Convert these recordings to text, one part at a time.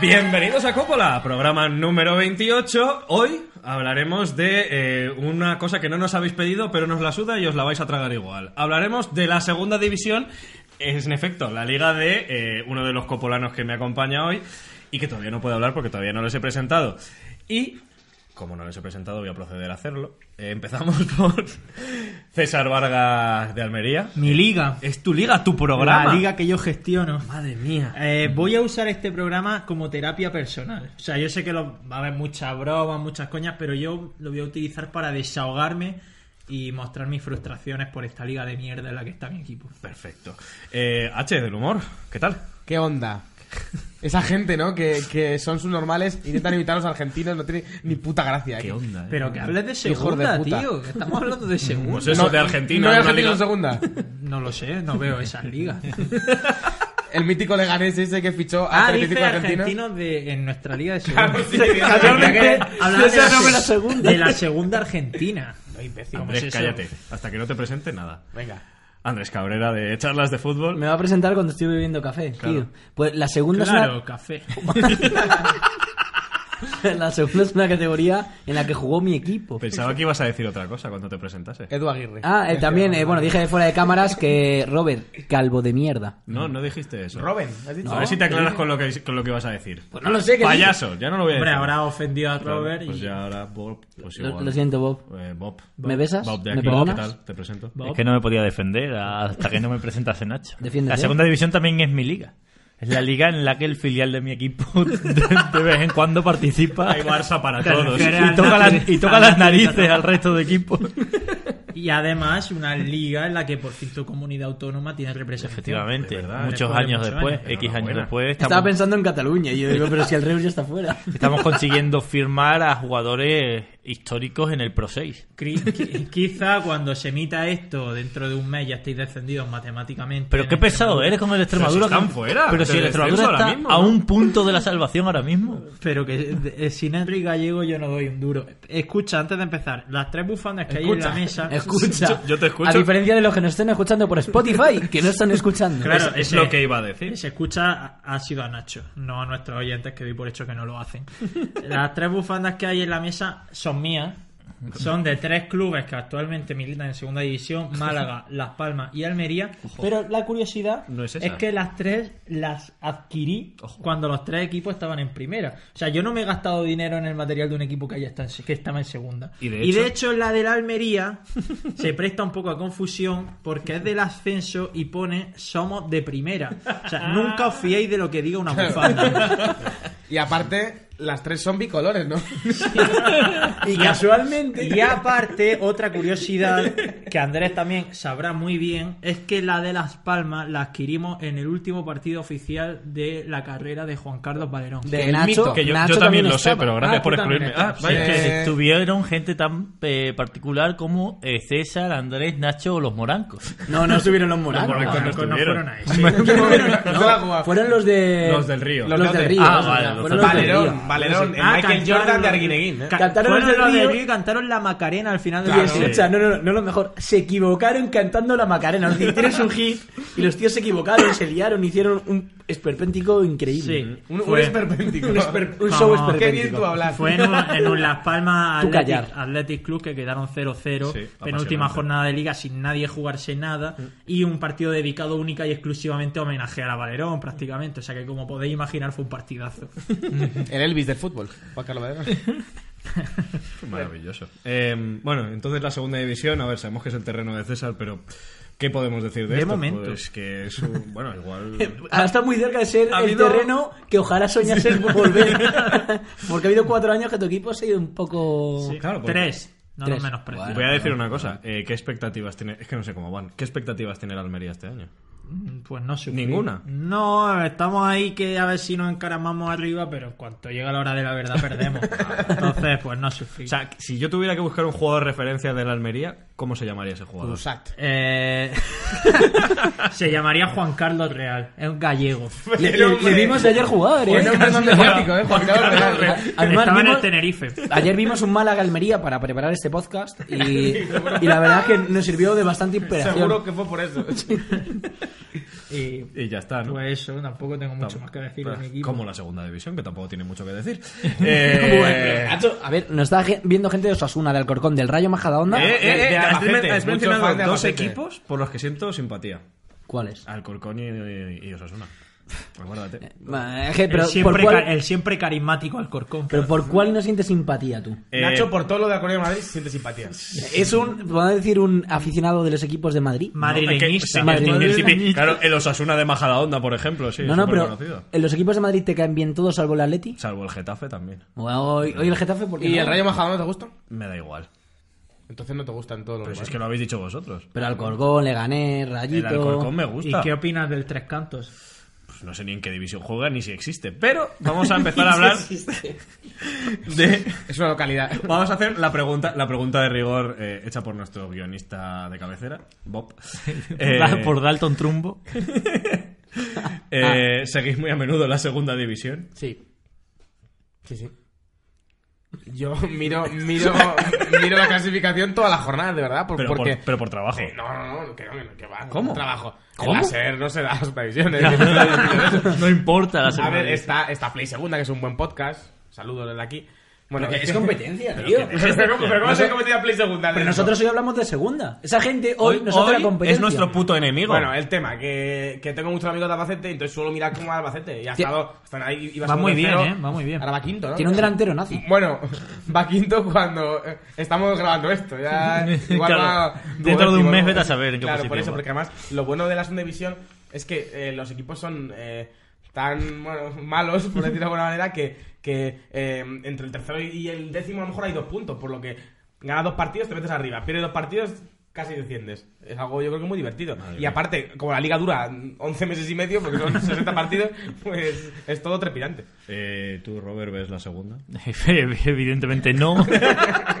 Bienvenidos a Coppola, programa número 28. Hoy hablaremos de eh, una cosa que no nos habéis pedido, pero nos la suda y os la vais a tragar igual. Hablaremos de la segunda división, es en efecto, la liga de eh, uno de los copolanos que me acompaña hoy y que todavía no puedo hablar porque todavía no les he presentado. Y, como no les he presentado, voy a proceder a hacerlo. Eh, empezamos por César Vargas de Almería. Mi liga. Es tu liga, tu programa. La liga que yo gestiono. Madre mía. Eh, voy a usar este programa como terapia personal. O sea, yo sé que lo- va a haber muchas bromas, muchas coñas, pero yo lo voy a utilizar para desahogarme y mostrar mis frustraciones por esta liga de mierda en la que está mi equipo. Perfecto. Eh, H, del humor, ¿qué tal? ¿Qué onda? Esa gente, ¿no? Que, que son sus normales, intentan imitar a los argentinos, no tiene ni puta gracia. ¿eh? onda? Pero que hables de Hijos de segunda, puta. tío. que estamos hablando de segunda. Pues eso, No, de Argentina. No es hay una argentino en liga- segunda. No lo sé, no veo esas ligas. El mítico leganés ese que fichó a Ah, 35 dice argentinos. argentinos de, en nuestra liga de segunda. sí, Hablar de, sí, hablar de esa no me la la segunda. de la segunda Argentina. No, imbécil. ¿cómo Andrés, es eso? cállate. Hasta que no te presente, nada. Venga. Andrés Cabrera, de charlas de fútbol. Me va a presentar cuando estoy bebiendo café, tío. Pues la segunda, Claro, es café. una, la segunda es una categoría en la que jugó mi equipo. Pensaba que ibas a decir otra cosa cuando te presentase. Edu Aguirre. Ah, eh, también, eh, bueno, dije fuera de cámaras que Robert, calvo de mierda. No, no dijiste eso. Robin, ¿has dicho? A ver si te aclaras con lo que, con lo que ibas a decir. Pues no lo sé, que Payaso, ya no lo voy a decir. Hombre, habrá ofendido a Robert Pues y... ya ahora Bob. Pues Lo- igual. lo siento, Bob. Eh, Bob. ¿Me besas? Bob de ¿Me aquí, ¿qué perdonas? tal? Te presento. Bob. Es que no me podía defender hasta que no me presentase Nacho. Defiéndete. La segunda división también es mi liga. Es la liga en la que el filial de mi equipo de, de vez en cuando participa Hay Barça para Te todos. refieres y toca, las- y toca Al las Nacho de narices al resto de equipos. Y además una liga en la que por fin tu comunidad autónoma tiene representación. Efectivamente, Es verdad, muchos después de años muchos después, años, X años enhorabuena. después, Estaba estamos, pensando en Cataluña y yo digo, pero si el Reus ya está fuera. estamos consiguiendo firmar a jugadores históricos en el Pro 6. Cri- qui- Quizá cuando se emita esto dentro de un mes ya estéis descendidos matemáticamente. Pero en qué este pesado mundo. eres con el Extremadura. están que- fuera Pero si del el Extremadura descenso ahora está mismo, a ¿no? un punto de la salvación ahora mismo. Pero que de- eh, sin Henry Gallego yo no doy un duro. Escucha, antes de empezar, las tres bufandas que hay en la mesa. Escucha. Yo- yo te escucho. A diferencia de los que nos estén escuchando por Spotify, que no están escuchando. Claro, Es- es ese- lo que iba a decir. Se escucha ha- ha sido a Nacho, no a nuestros oyentes que doy por hecho que no lo hacen. Las tres bufandas que hay en la mesa son mías. Son de tres clubes que actualmente militan en segunda división, Málaga, Las Palmas y Almería. Pero la curiosidad No es esa. que las tres las adquirí cuando los tres equipos estaban en primera. O sea, yo no me he gastado dinero en el material de un equipo que ya está en, que estaba en segunda. Y de de hecho- hecho, la de la Almería se presta un poco a confusión porque es del ascenso y pone somos de primera. O sea, nunca os fiéis de lo que diga una bufanda. Y aparte, las tres son bicolores, ¿no? y casualmente. Y aparte, otra curiosidad que Andrés también sabrá muy bien es que la de Las Palmas la adquirimos en el último partido oficial de la carrera de Juan Carlos Valerón. De El Nacho, mito Que yo, yo Nacho también lo sé, estaba. pero gracias Ah, por tú también excluirme. Ah, estabas. vaya. Sí. Es que Eh. tuvieron gente tan eh, particular como eh, César, Andrés, Nacho o los morancos. No, no estuvieron los Los morancos. morancos no Marcos no estuvieron. fueron a ese. No se la jugaba. Fueron los de... Ah, Los del Río. Los, Los del de- Río. Ah, o sea, vale, los fueron del- los del Valerón, Río. Valerón. el Ah, Michael cantaron Jordan de los- Arguineguín. ¿eh? Ca- Cantaron fueron los del los del Río. Río y cantaron la Macarena al final Y del partido. escucha, no, no, no, no lo mejor. Se equivocaron cantando la Macarena. Es decir, tienes un hit y los tíos se equivocaron, se liaron, hicieron un esperpéntico increíble. Sí, Un, un fue- esperpéntico. Un, esper- un show Vamos, Qué bien esperpéntico. tú hablas. Fue en, un, en un Las Palmas Tú Athletic, callar. Athletic Club que quedaron 0-0, Sí, penúltima apasionante. jornada de liga sin nadie jugarse Mm. nada y un partido dedicado única y exclusivamente a homenajear a Valerón prácticamente, o sea que como podéis imaginar fue un partidazo. El Elvis del fútbol. Juan Carlos Valero. Maravilloso. Eh, bueno, entonces la segunda división, a ver, sabemos que es el terreno de César, pero ¿qué podemos decir de, De esto? momento. Pues que es un- Bueno, igual... Ha estado Ah, muy cerca de ser Ha el habido- terreno que ojalá soñases volver. Porque ha habido cuatro años que tu equipo se ha ido un poco. Sí, claro, porque- Tres, no Tres. los menosprecio. Voy a decir una cosa. eh, ¿Qué expectativas tiene...? Es que no sé cómo van. ¿Qué expectativas tiene el Almería este año? Mm, Pues no sé. Ninguna. No, estamos ahí que a ver si nos encaramamos arriba, pero en cuanto llega la hora de la verdad perdemos. Entonces, pues no O sufrimos. sea, si yo tuviera que buscar un jugador de referencia del Almería, ¿cómo se llamaría ese jugador? Usat. Eh, se llamaría Juan Carlos Real, es un gallego. Le, le- le vimos ayer jugar, ¿eh? Buen nombre más mediático, ¿eh? Juan Carlos Valero. Además, Estaba en vimos- el Tenerife. Ayer vimos un Málaga Almería para preparar este podcast y, y la verdad es que nos sirvió de bastante inspiración. Seguro que fue por eso. Y, Y ya está, ¿no? pues eso, tampoco tengo mucho más que decir de mi equipo. pues, Como la segunda división, que tampoco tiene mucho que decir. Bueno, eh, macho, a ver, nos está ge- viendo gente de Osasuna, del Corcón, del Rayo Majadahonda. eh, eh, de eh, has Albacete, men- has mucho mencionado fan de dos Albacete. equipos por los que siento simpatía. ¿Cuáles? Alcorcón y, y, y Osasuna. Acuérdate. Eh, je, el, pero, ¿por siempre cuál, ca- el siempre carismático Alcorcón. pero ¿por cuál no sientes simpatía tú? Eh, Nacho, por todo lo de la Comunidad de Madrid, se siente simpatía. Es un, ¿podemos decir un aficionado de los equipos de Madrid? Madrileñista. No, es que- sí, Madrileñista. el típico- claro, el Osasuna de Majadahonda, por ejemplo, sí. no, no, pero superconocido. en los equipos de Madrid te caen bien todos salvo el Atleti. Salvo el Getafe también. Hoy, hoy el Getafe porque ¿Y el Rayo Majadahonda te gusta? Me da igual. Entonces no te gustan todos los Pero si es demás. que lo habéis dicho vosotros. Pero Alcorcón, Leganés, El Rayito... Alcorcón me ¿Y gusta. qué opinas del Tres Cantos? Pues no sé ni en qué división juega ni si existe. Pero vamos a empezar a hablar de... Es una localidad. Vamos a hacer la pregunta, la pregunta de rigor eh, hecha por nuestro guionista de cabecera, Bob. Eh, Por Dalton Trumbo. eh, ¿Seguís muy a menudo la segunda división? Sí. Sí, sí. Yo miro, miro, miro la clasificación todas las jornadas, de verdad, por- Pero, porque... por, pero por trabajo. Eh, No, no, no, que no, que- que va. ¿Cómo? Trabajo. ¿Cómo? El láser no se da las previsiones. no importa la A segunda. ver, está, está Play Segunda, que es un buen podcast. Saludos desde aquí. Bueno, Pero que es competencia, Pero tío. que- Pero pero ¿cómo No se sé- ha competencia Play Segunda? Pero Alberto? nosotros hoy hablamos de segunda. Esa gente hoy, nos hace la competencia. es nuestro puto enemigo. Bueno, el tema, que, que tengo muchos amigos de Albacete, entonces suelo mirar cómo va Albacete. Y ha Sí. estado... Hasta ahí iba Va segundo, muy bien, tercero. eh, va muy bien. Ahora va quinto, ¿no? Tiene un delantero nazi. Bueno, va quinto cuando eh, estamos grabando esto. Ya, igual Claro. va Dentro de un duodécimo, mes ¿no? vete a saber en qué Claro, posición por eso, va. porque además lo bueno de la segunda división es que eh, los equipos son eh, tan bueno, malos, por decirlo de alguna manera, que, que eh, entre el tercero y el décimo a lo mejor hay dos puntos, por lo que ganas dos partidos, te metes arriba, pierdes dos partidos casi desciendes. Es algo yo creo que muy divertido. y aparte, como la liga dura 11 meses y medio, porque son 60 partidos, pues es todo trepidante. Eh, ¿Tú, Robert, ves la segunda? Evidentemente no.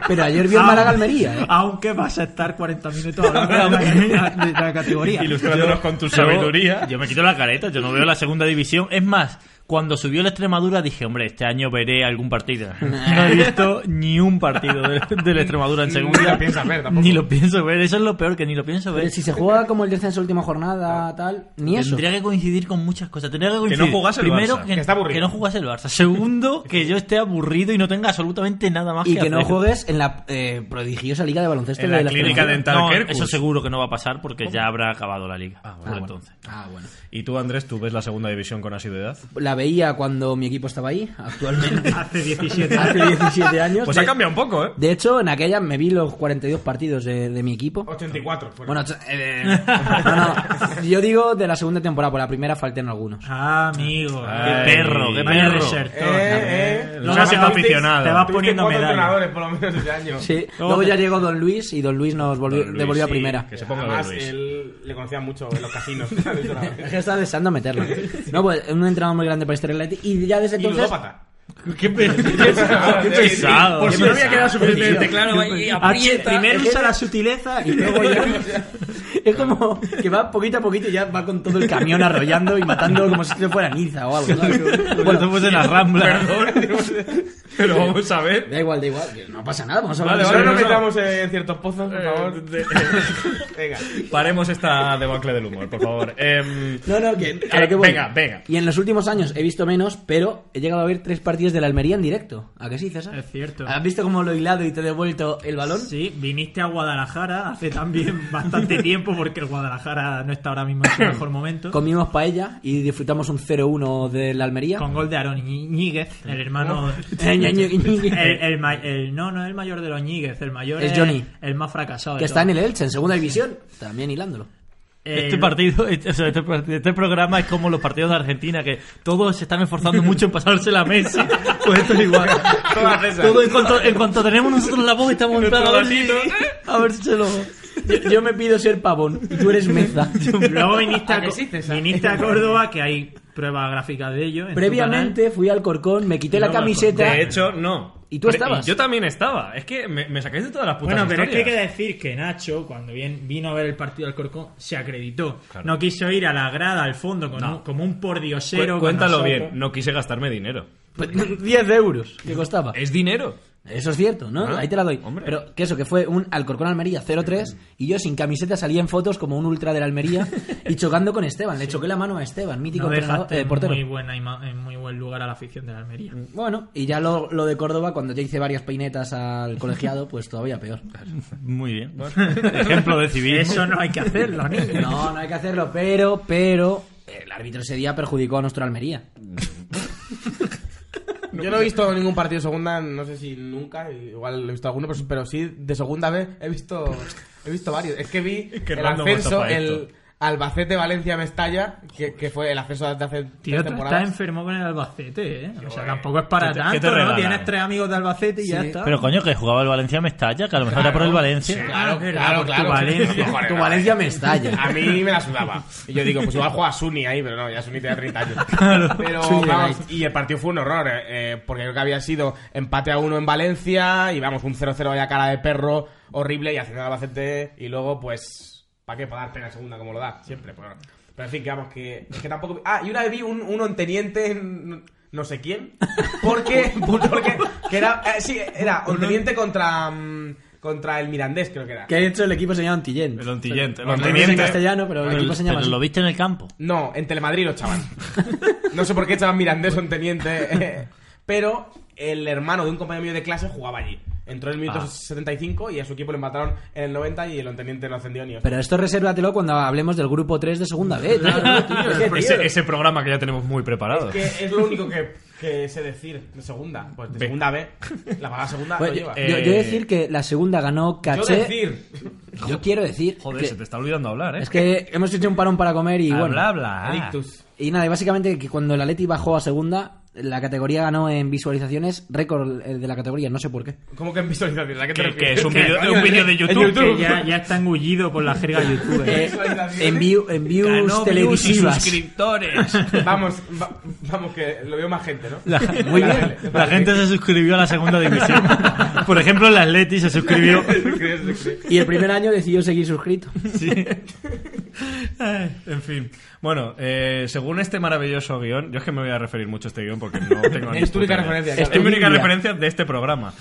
Pero ayer Ah. vio el Málaga Almería. ¿eh? Ah. Aunque vas a estar 40 minutos hablando de la, de la categoría. Ilustrándonos con tu Yo- sabiduría. Yo me quito la careta, yo no veo la segunda división. Es más, cuando subió la Extremadura dije, hombre, este año veré algún partido. No he visto ni un partido de, de la Extremadura en segunda. Ni lo piensas ver, tampoco. Ni lo pienso ver, eso es lo peor, que ni lo pienso ver. Pero si se juega como el descenso última jornada, tal, ni eso. Tendría que coincidir con muchas cosas. Tendría que coincidir. no jugase el Primero, Barça, Que, que está aburrido. que no jugase el Barça. Segundo, que yo esté aburrido y no tenga absolutamente nada más Y que que no hacer. juegues en la eh, prodigiosa liga de baloncesto En de la la clínica Extremadura. dental No, Kerkus. eso seguro que no va a pasar porque ya habrá acabado la liga. Ah, por bueno. entonces. Ah, bueno. ¿Y tú, Andrés, tú ves la segunda división con asiduidad? La veía cuando mi equipo estaba ahí, actualmente. Hace 17 años. hace 17 años. Pues de, ha cambiado un poco, ¿eh? de hecho, en aquella me vi los 42 partidos de, de mi equipo. 84. fueron. Bueno, ch- eh, no, no, yo digo de la segunda temporada, por la primera falten algunos. Ah, amigo. Ay. Qué perro, qué Vaya perro. desertor. Eh, eh. Lo más Tuvisteis- aficionado. Te vas tuvisteis poniendo cuatro medalla. entrenadores, por lo menos este año. Sí. Luego ya llegó Don Luis y Don Luis nos volvió, Don Luis, devolvió a sí, primera. Que se ponga Además, Luis. él le conocía mucho en los casinos. Es que estaba deseando meterlo. No, pues un entrenador muy grande para este Real Athletic y ya desde y entonces... ludópata. Qué pesado, qué pesado. Por Qué si no había pesado. quedado suficientemente Tío. claro, ahí aprieta. Primero usa la sutileza y luego ya. Es como que va poquito a poquito y ya va con todo el camión arrollando y matando como si fuera Niza o algo. ¿no? Bueno, estamos en la rambla. Pero vamos a ver. Da igual, da igual. que No pasa nada, vamos a hablar Vale, de vale, Ahora eso. nos no. metamos en ciertos pozos, por favor. Venga. Paremos esta debacle del humor, por favor. Em, No, no, que, a lo que voy. Venga, venga. Y en los últimos años he visto menos, pero he llegado a ver tres partidos de la Almería en directo. ¿A qué sí, César? Es cierto. ¿Has visto cómo lo he hilado y te he devuelto el balón? Ah, Sí, viniste a Guadalajara hace también bastante tiempo porque el Guadalajara no está ahora mismo en su mejor momento. Con, Comimos paella y disfrutamos un 0-1 de la Almería. gol de Aaron Ñíguez, el hermano. Eh, Ñe- Ñe- Ñe- El, el ma- el- no, no es el mayor de los Ñíguez, el mayor Es Johnny. el más fracasado. de Que está en todos. el Elche, en segunda división. También hilándolo. Eh, Este partido, este, o sea, este part- este programa es como los partidos de Argentina, que todos se están esforzando mucho en pasársela a Messi. Pues esto es igual. Todas esas. Todo en cuanto, en cuanto tenemos nosotros la voz, estamos en plan a ver si- A ver si se lo... Yo, yo me pido ser pavón y tú eres meza. Luego viniste a, ¿A que Co- sí, César? viniste a Córdoba, que hay pruebas gráficas de ello. en tu Previamente fui al Corcón, me quité la Vamos, camiseta. de hecho, no. ¿Y tú Pre- estabas? yo también estaba. Es que me, me sacáis de todas las putas Bueno, pero es que hay que historias. decir que Nacho, cuando bien vino a ver el partido del Corcón, se acreditó. Claro. No quiso ir a la grada, al fondo, con un- como un Cu- pordiosero. con Cuéntalo nosotros. bien. No quise gastarme dinero. Pues, 10 euros que costaba. Es dinero. Eso es cierto, ¿no? Ah, Ahí te la doy. hombre. Pero que eso, que fue un Alcorcón Almería 0-3 y yo sin camiseta salía en fotos como un ultra de la Almería y chocando con Esteban. Le choqué la mano a Esteban, mítico No entrenador- dejaste eh, portero. Mm. muy buena ima- en muy buen lugar a la afición de la Almería. Bueno, y ya lo, lo de Córdoba, cuando ya hice varias peinetas al colegiado, pues todavía peor. Muy bien. Ejemplo de civismo. Eso no hay que hacerlo, niño. No, no hay que hacerlo, pero, pero, el árbitro ese día perjudicó a nuestro Almería. Yo no he visto ningún partido de segunda, no sé si nunca, igual he visto alguno, pero, pero sí de segunda vez he visto he visto varios. Es que vi Es que el random ascenso, está pa' el esto. Albacete Valencia Mestalla, que, que fue el ascenso de hace Tío, tres tú estás temporadas. enfermo con el Albacete, ¿eh? O sea, Joder. tampoco es para ¿Qué te- qué te tanto, ¿no? regalan? Tienes tres amigos de Albacete y ya Sí, está. Pero coño, que jugaba el Valencia Mestalla, que a lo mejor era por el Valencia. Claro, que era Ah, claro, por tu claro. Valencia. Joder, Tu no, Valencia me A estalla. mí me la sudaba. Y yo digo, pues igual juega Suni ahí, pero no, ya Suni tenía 30 años. Pero Suni vamos, United. y el partido fue un horror, eh, eh, porque creo que había sido empate a uno en Valencia, y vamos, un 0-0 vaya cara de perro, horrible, y haciendo Albacete, y luego pues, ¿para qué? Para dar pena segunda como lo da, siempre. Pero, pero en fin, que vamos, que, es que tampoco... Ah, y una vez vi un, uno en teniente... en- No sé quién. Porque, porque que era, eh, sí, era un teniente contra, mm, contra el Mirandés, creo que era. Que de hecho el equipo se llama Antillén. El Ontillente. el No sé si en Ontillente. castellano, pero el Pero, equipo se llama pero así. lo viste en el campo. No, en Telemadrid los chaval. No sé por qué echaban Mirandés o en Teniente. eh, Pero el hermano de un compañero mío de clase jugaba allí. Entró en el minuto Ah. 75 y a su equipo le mataron en el 90 y el Teniente no ascendió ni hostia. Pero esto resérvatelo cuando hablemos del grupo 3 de segunda vez. Es que, tío, Ese, ese programa que ya tenemos muy preparado. Es que es lo único que, que sé decir de segunda. Pues de Ve. segunda B. La palabra segunda pues, lo yo, lleva. eh, yo- yo decir que la segunda ganó Yo caché. decir. Yo quiero decir. Joder, que- se te está olvidando hablar, ¿eh? es que hemos hecho un parón para comer y bueno. Habla, Ah. habla. Adictus. Y nada, y básicamente que cuando el Atleti bajó a segunda, la categoría ganó en visualizaciones, récord eh, de la categoría, no sé por qué. ¿Cómo que en visualización? ¿A qué te Que- refieres? que es un ¿Qué vídeo- coño? un vídeo de En YouTube. Que ya, ya está engullido por la jerga youtuber. Eh, Visualizaciones. en, view- en views Pues, Ganó views y televisivas. suscriptores. Vamos, va- vamos, que lo veo más gente, ¿no? Muy La bien. tele. La gente se suscribió a la segunda división. Por ejemplo, el Atleti se suscribió. y el primer año decidió seguir suscrito. Sí. Ay, Eh, en fin. Bueno, eh, según este maravilloso guión, yo es que me voy a referir mucho a este guión porque no tengo ni Es tu única puta idea. referencia, Es claro. mi única Biblia. referencia de este programa.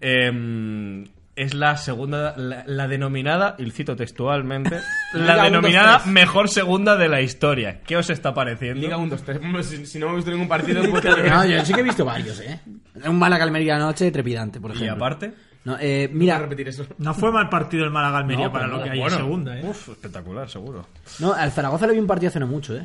Eh, es la segunda, la, la denominada, y cito textualmente, Liga la uno, denominada dos, tres. mejor segunda de la historia. ¿Qué os está pareciendo? Liga 1, 2, 3. Si, si no he visto ningún partido, pues. No, yo sí que he visto varios, ¿eh? Un Málaga Almería anoche trepidante, por y ejemplo. aparte, No, eh, Voy a mira, repetir eso. No fue mal partido el Málaga Almería No, para para lo que nada. hay Bueno, en segunda, ¿eh? uf, espectacular, seguro. no, al Zaragoza le vi un partido hace no mucho, ¿eh?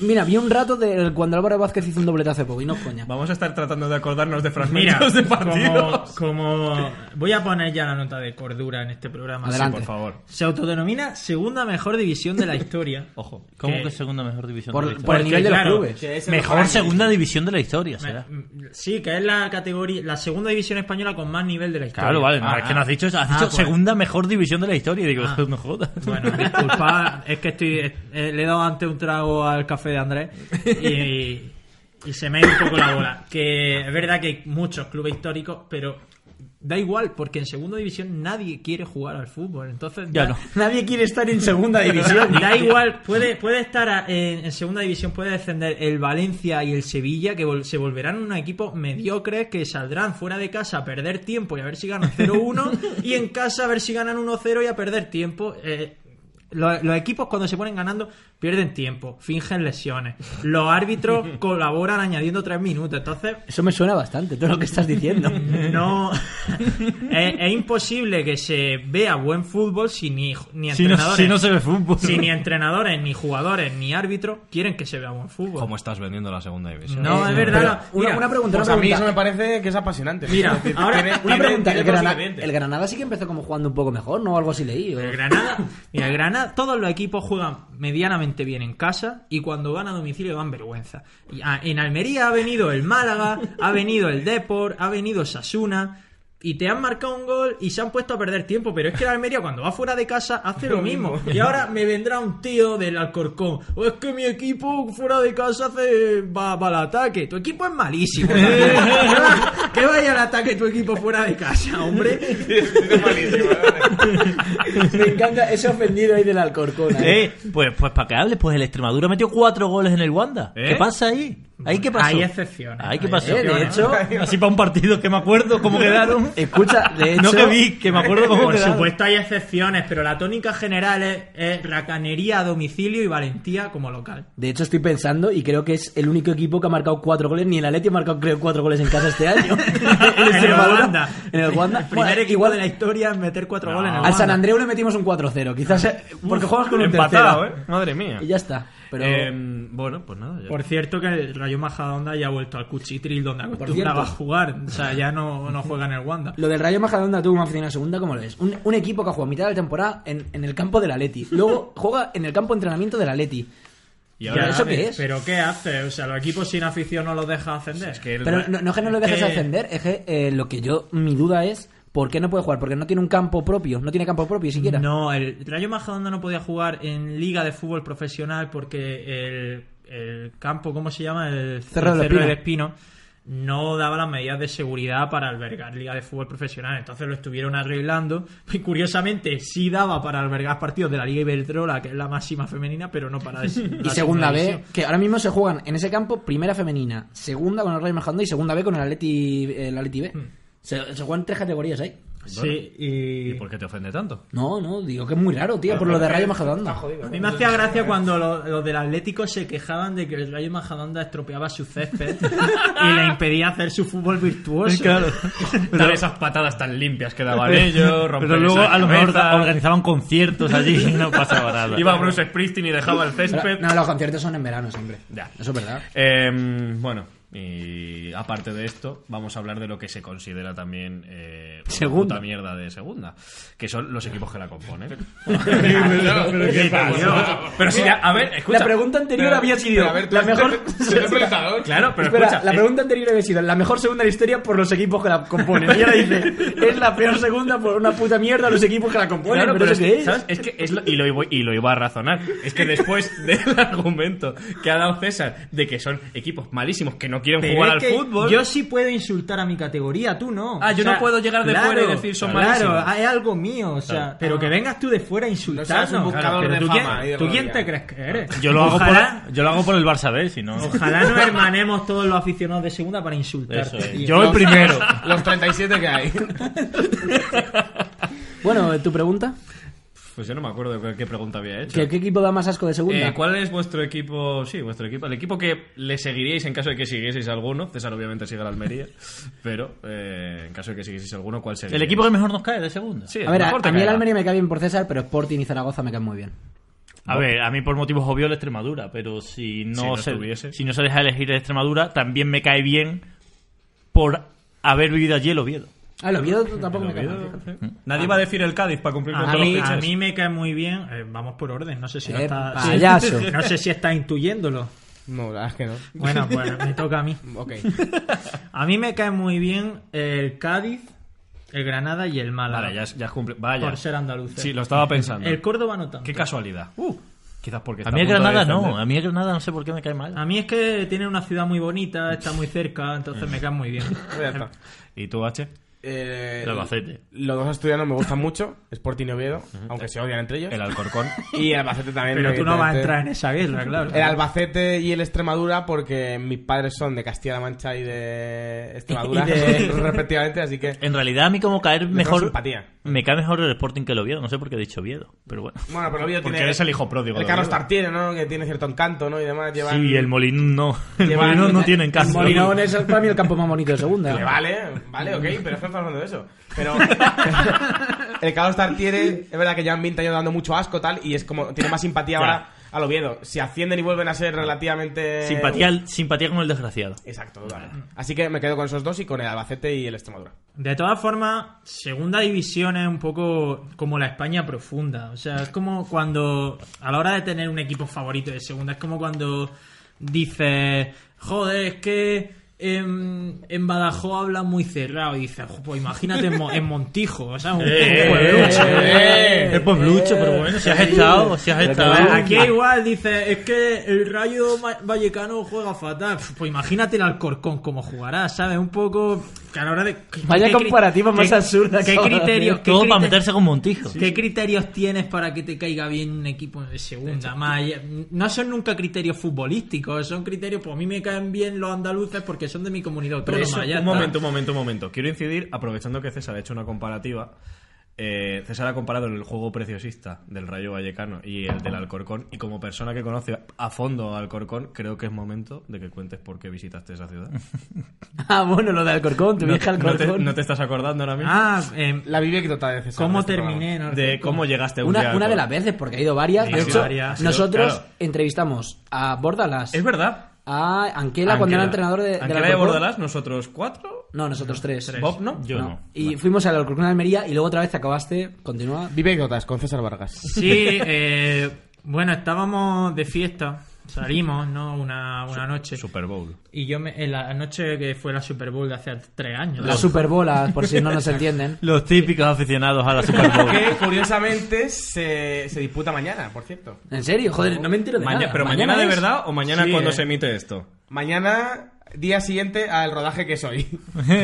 Mira, vi un rato de cuando Álvaro Vázquez hizo un doblete hace poco y no es coña. Vamos a estar tratando de acordarnos de Mira, fragmentos de como, partidos. como- Voy a poner ya la nota de cordura en este programa. Adelante. Por favor. Se autodenomina segunda mejor división de la historia. Ojo. ¿Cómo ¿Qué? que segunda mejor división Por- de la por historia? el nivel de los claro, clubes. Que es el Mejor mejor segunda división de la historia, Me- será. m- Sí, que es la categoría, la segunda división española con más nivel de la historia. Claro, vale. no, Ah, es que no has dicho, has ah, dicho pues- segunda mejor división de la historia. Y digo, Ah. no jodas. Bueno, disculpa, es que estoy, eh, le he dado antes un trago al café de Andrés y, y se me ha ido un poco la bola. Que es verdad que hay muchos clubes históricos, pero da igual, porque en segunda división nadie quiere jugar al fútbol. Entonces, Ya da- no. Nadie quiere estar en segunda división. Da igual, puede, puede estar a- en, en segunda división, puede descender el Valencia y el Sevilla, que vol- se volverán un equipo mediocres, que saldrán fuera de casa a perder tiempo y a ver si ganan 0-1, y en casa a ver si ganan 1-0 y a perder tiempo. Eh, lo- los equipos cuando se ponen ganando pierden tiempo, fingen lesiones. Los árbitros colaboran añadiendo tres minutos, entonces Eso me suena bastante, todo lo que estás diciendo. no. es, es imposible que se vea buen fútbol si ni, ni Si no, entrenadores. si no se ve fútbol. Si ni entrenadores, ni jugadores, ni árbitros quieren que se vea buen fútbol. ¿Cómo estás vendiendo la segunda división? No, es verdad. Pero no. una, Mira, una pregunta, Pues una a mí pregunta. eso me parece que es apasionante. Mira, Es decir, ahora, Una pregunta, tiene el todos Granada, los ingredientes. el Granada sí que empezó como jugando un poco mejor, ¿no? Algo así leí. o- el Granada, mira, el Granada, todos los equipos juegan medianamente bien en casa y cuando van a domicilio dan vergüenza. Y, ah, en Almería ha venido el Málaga, ha venido el Depor, ha venido Sasuna. Y te han marcado un gol y se han puesto a perder tiempo, pero es que el Almería cuando va fuera de casa hace lo mismo. Y ahora me vendrá un tío del Alcorcón. O es que mi equipo fuera de casa hace va, va al ataque. Tu equipo es malísimo. que vaya al ataque tu equipo fuera de casa, hombre. Es malísimo, ¿verdad? Me encanta ese ofendido ahí del Alcorcón. ¿eh? Eh, pues, pues para que hables, pues el Extremadura metió cuatro goles en el Wanda. ¿Eh? ¿Qué pasa ahí? ¿Ahí qué pasó? Hay excepciones. ¿Ahí qué hay pasó? excepciones. de hecho- Así para un partido que me acuerdo cómo quedaron. Escucha, de hecho. No que vi, que me acuerdo cómo Por quedaron. supuesto hay excepciones, pero la tónica general es, es racanería a domicilio y valentía como local. De hecho, estoy pensando y creo que es el único equipo que ha marcado cuatro goles. Ni el Atleti ha marcado, creo, cuatro goles en casa este año. en el Extremadura. Wanda. En el Wanda. El primer Bueno, equipo igual de la historia en meter cuatro No. goles en el Al Wanda. San Andreu le metimos un 4-0. Quizás. eh, Porque juegas con un Empatado, tercero. ¿eh? Madre mía. Y ya está. Pero. Eh, Em. bueno, pues nada. ya. Por cierto que el Rayo Majadahonda ya ha vuelto al cuchitril donde acostumbraba a cierto. jugar. O sea, ya no, no juega en el Wanda. Lo del Rayo Majadahonda tuvo una oficina segunda, ¿cómo lo ves? Un, un equipo que ha jugado mitad de temporada en, en el campo del Atleti. Luego juega en el campo de entrenamiento del Atleti. Y Ya, ahora ¿eso pero- qué es? ¿Pero qué hace? O sea, los equipos sin afición no los deja ascender. es que el- Pero no, no es que no lo Es dejes que- ascender, es que eh, lo que yo. Mi duda es. ¿Por qué no puede jugar? Porque no tiene un campo propio. No tiene campo propio siquiera. No, el Rayo Majadahonda no podía jugar en liga de fútbol profesional porque el, el campo, ¿cómo se llama? El Cerro del del Espino no daba las medidas de seguridad para albergar liga de fútbol profesional. Entonces lo estuvieron arreglando y curiosamente sí daba para albergar partidos de la Liga Iberdrola, que es la máxima femenina, pero no para... la Y segunda división. B, que ahora mismo se juegan en ese campo primera femenina, segunda con el Rayo Majadahonda y segunda B con el Atleti, el Atleti B. Hmm. Se, se juegan tres categorías ahí. Sí, ¿Y y... por qué te ofende tanto? No, no, digo que es muy raro, tío, por lo de Rayo Está Majadahonda. jodido. A mí me hacía gracia cuando lo- los, del Atlético se quejaban de que el Rayo Majadahonda estropeaba su césped y le impedía hacer su fútbol virtuoso. Claro. Dar esas patadas tan limpias que daban ellos, romper Pero luego esas a lo mejor cabezas. organizaban conciertos allí y no pasaba nada. Iba Bruce Springsteen y dejaba el Pero- césped. no, los conciertos son en verano siempre. Ya. Eso es verdad. Eh, bueno, y aparte de esto, vamos a hablar de lo que se considera también eh, una Segunda. puta mierda de segunda, que son los equipos que la componen. pero si ya, a ver, escucha. la pregunta anterior había sido la mejor. ¿eh? Claro, pero Espera, escucha. eh. la es- pregunta anterior había sido la mejor segunda de la historia por los equipos que la componen. Y ahora dice, es la peor segunda por una puta mierda los equipos que la componen. Claro, pero pero, es, ¿eso qué es? ¿sabes? Es que es lo- y, lo, iba- y lo iba a razonar. Es que después del argumento que ha dado César de que son equipos malísimos que no quieren Pero jugar es al que fútbol. Yo sí puedo insultar a mi categoría, tú no. Ah, yo no puedo llegar de fuera y decir, son malísimos. Claro, es algo mío, o sea, Claro. pero que vengas tú de fuera a insultarnos. seas un buscador Pero de ¿tú, fama y de quién, ¿tú quién gloria. te crees que eres? Yo lo, hago ojalá, por, yo lo hago por el Barça B, si no. ojalá no hermanemos todos los aficionados de segunda para Eso insultarte. es. tío. Yo el primero. Los 37 que hay. Pues Bueno, tu pregunta. Pues yo no me acuerdo qué- qué pregunta había hecho. ¿Qué, qué equipo da más asco de segunda? Eh, ¿Cuál es vuestro equipo? Sí, vuestro equipo. El equipo que le seguiríais en caso de que siguieseis alguno. César obviamente sigue al Almería. pero eh, en caso de que siguieseis alguno, ¿cuál sería? El equipo que mejor nos cae de segunda. Sí, A ver, a, mejor te a mí el caerá. Almería me cae bien por César, pero Sporting y Zaragoza me caen muy bien. A ver, a mí por motivos obvios la Extremadura, pero si no, Si no se, estuviese. si no se deja elegir la Extremadura, también me cae bien por haber vivido allí el Oviedo. Ah, el Oviedo tampoco me cae mal, Oviedo, fíjate. sí. Nadie va a decir el Cádiz para cumplir con A todos mí, los a fichajes. mí me cae muy bien. eh, vamos por orden, no sé si lo Eh, está- payaso. No sé si está intuyéndolo. No, la verdad es que no. Bueno, pues me toca a mí. Ok. A mí me cae muy bien el Cádiz, el Granada y el Málaga. Vale, ya, ya cumple. Vaya. Por ser andaluces. Sí, lo estaba pensando. El Córdoba no tanto. Qué casualidad. Uh, quizás porque A está mí el punto de Granada no, descender. a mí el Granada no sé por qué me cae mal. A mí es que tiene una ciudad muy bonita, está muy cerca, entonces me cae muy bien. Ya está. ¿Y tú, H? Eh, El Albacete. Los dos asturianos me gustan mucho, Sporting y Oviedo, aunque se odian entre ellos. El Alcorcón. Y el Albacete también. Pero tú no vas a evidentemente. entrar en esa guerra, claro. El Albacete y el Extremadura, porque mis padres son de Castilla-La Mancha y de Extremadura, Y de- respectivamente, así que. En realidad a mí como caer tengo mejor... simpatía. Me cae mejor el Sporting que el Oviedo, no sé por qué he dicho Oviedo, pero bueno. Bueno, pero Oviedo Porque tiene- eres el hijo pródigo. El de Carlos Oviedo. Tartiere, ¿no? Que tiene cierto encanto, ¿no? Y demás, llevan. Sí, eh. el Molinón no. El Llevan- Molinón no tiene en casa. Molinón es el- para mí el campo más bonito de segunda. Que vale, vale, ok, pero estamos hablando de eso. Pero el Carlos Tartiere, es verdad que llevan 20 años dando mucho asco, tal, y es como, tiene más simpatía Ya. ahora al Oviedo. Si ascienden y vuelven a ser eh, relativamente. Simpatía, simpatía con el desgraciado. Exacto, totalmente. Así que me quedo con esos dos y con el Albacete y el Extremadura. De todas formas, segunda división es un poco como la España profunda. O sea, es como cuando, a la hora de tener un equipo favorito de segunda, es como cuando dices, joder, es que en, en Badajoz hablan muy cerrado y dices, "Jo, pues imagínate en, Mo- en Montijo, o sea, un Eh, pueblucho. eh, eh, es pueblucho, pero bueno, si has estado, si has Pero estado. claro, Aquí igual dice, es que el Rayo Ma- Vallecano juega fatal. Pf, Pues imagínate el Alcorcón como jugará, ¿sabes? Un poco que a la hora de ¿qué- Vaya qué cri- comparativa más qué- absurda ¿Qué acabas de criterios? hacer. qué Todo para criter- meterse con Montijo. ¿Qué criterios tienes para que te caiga bien un equipo de segunda? Más allá- No son nunca criterios futbolísticos, son criterios, pues a mí me caen bien los andaluces porque son de mi comunidad Pero autónoma. eso- ya un está. momento, un momento, un momento. Quiero incidir, aprovechando que César ha hecho una comparativa. eh, César ha comparado el juego preciosista del Rayo Vallecano y el del Alcorcón. Y como persona que conoce a fondo Alcorcón, creo que es momento de que cuentes por qué visitaste esa ciudad. Ah, bueno, lo de Alcorcón, tu No, vieja no te, Alcorcón. no te estás acordando ahora mismo Ah, em, La biblioteca de César. ¿cómo de este terminé? no programa. de recuerdo. cómo llegaste un día Una, al una de las Alcorcón. veces, porque ha ido varias. Sí, De sí, hecho, varias, sí, nosotros claro. entrevistamos a Bordalas, Es verdad. a Anquela, cuando era entrenador de, del Anquela de Alcorcón. Bordalás, nosotros cuatro. No, nosotros tres. Bob, ¿no? Yo No. no. Y fuimos al Alcorcón de Almería y luego otra vez te acabaste, continúa. Vivecotas con César Vargas. Sí, eh, bueno, estábamos de fiesta, salimos, ¿no? Una, una noche. Super Bowl. Y yo me, en la noche que fue la Super Bowl de hace tres años. Las superbolas, por si no nos entienden. Los típicos aficionados a la Super Bowl. Que curiosamente se, se disputa mañana, por cierto. ¿En serio? Joder, no me entero de nada. ¿Pero mañana, de es? verdad o mañana Ah, Sí, cuando eh. se emite esto? Mañana, día siguiente al rodaje que soy.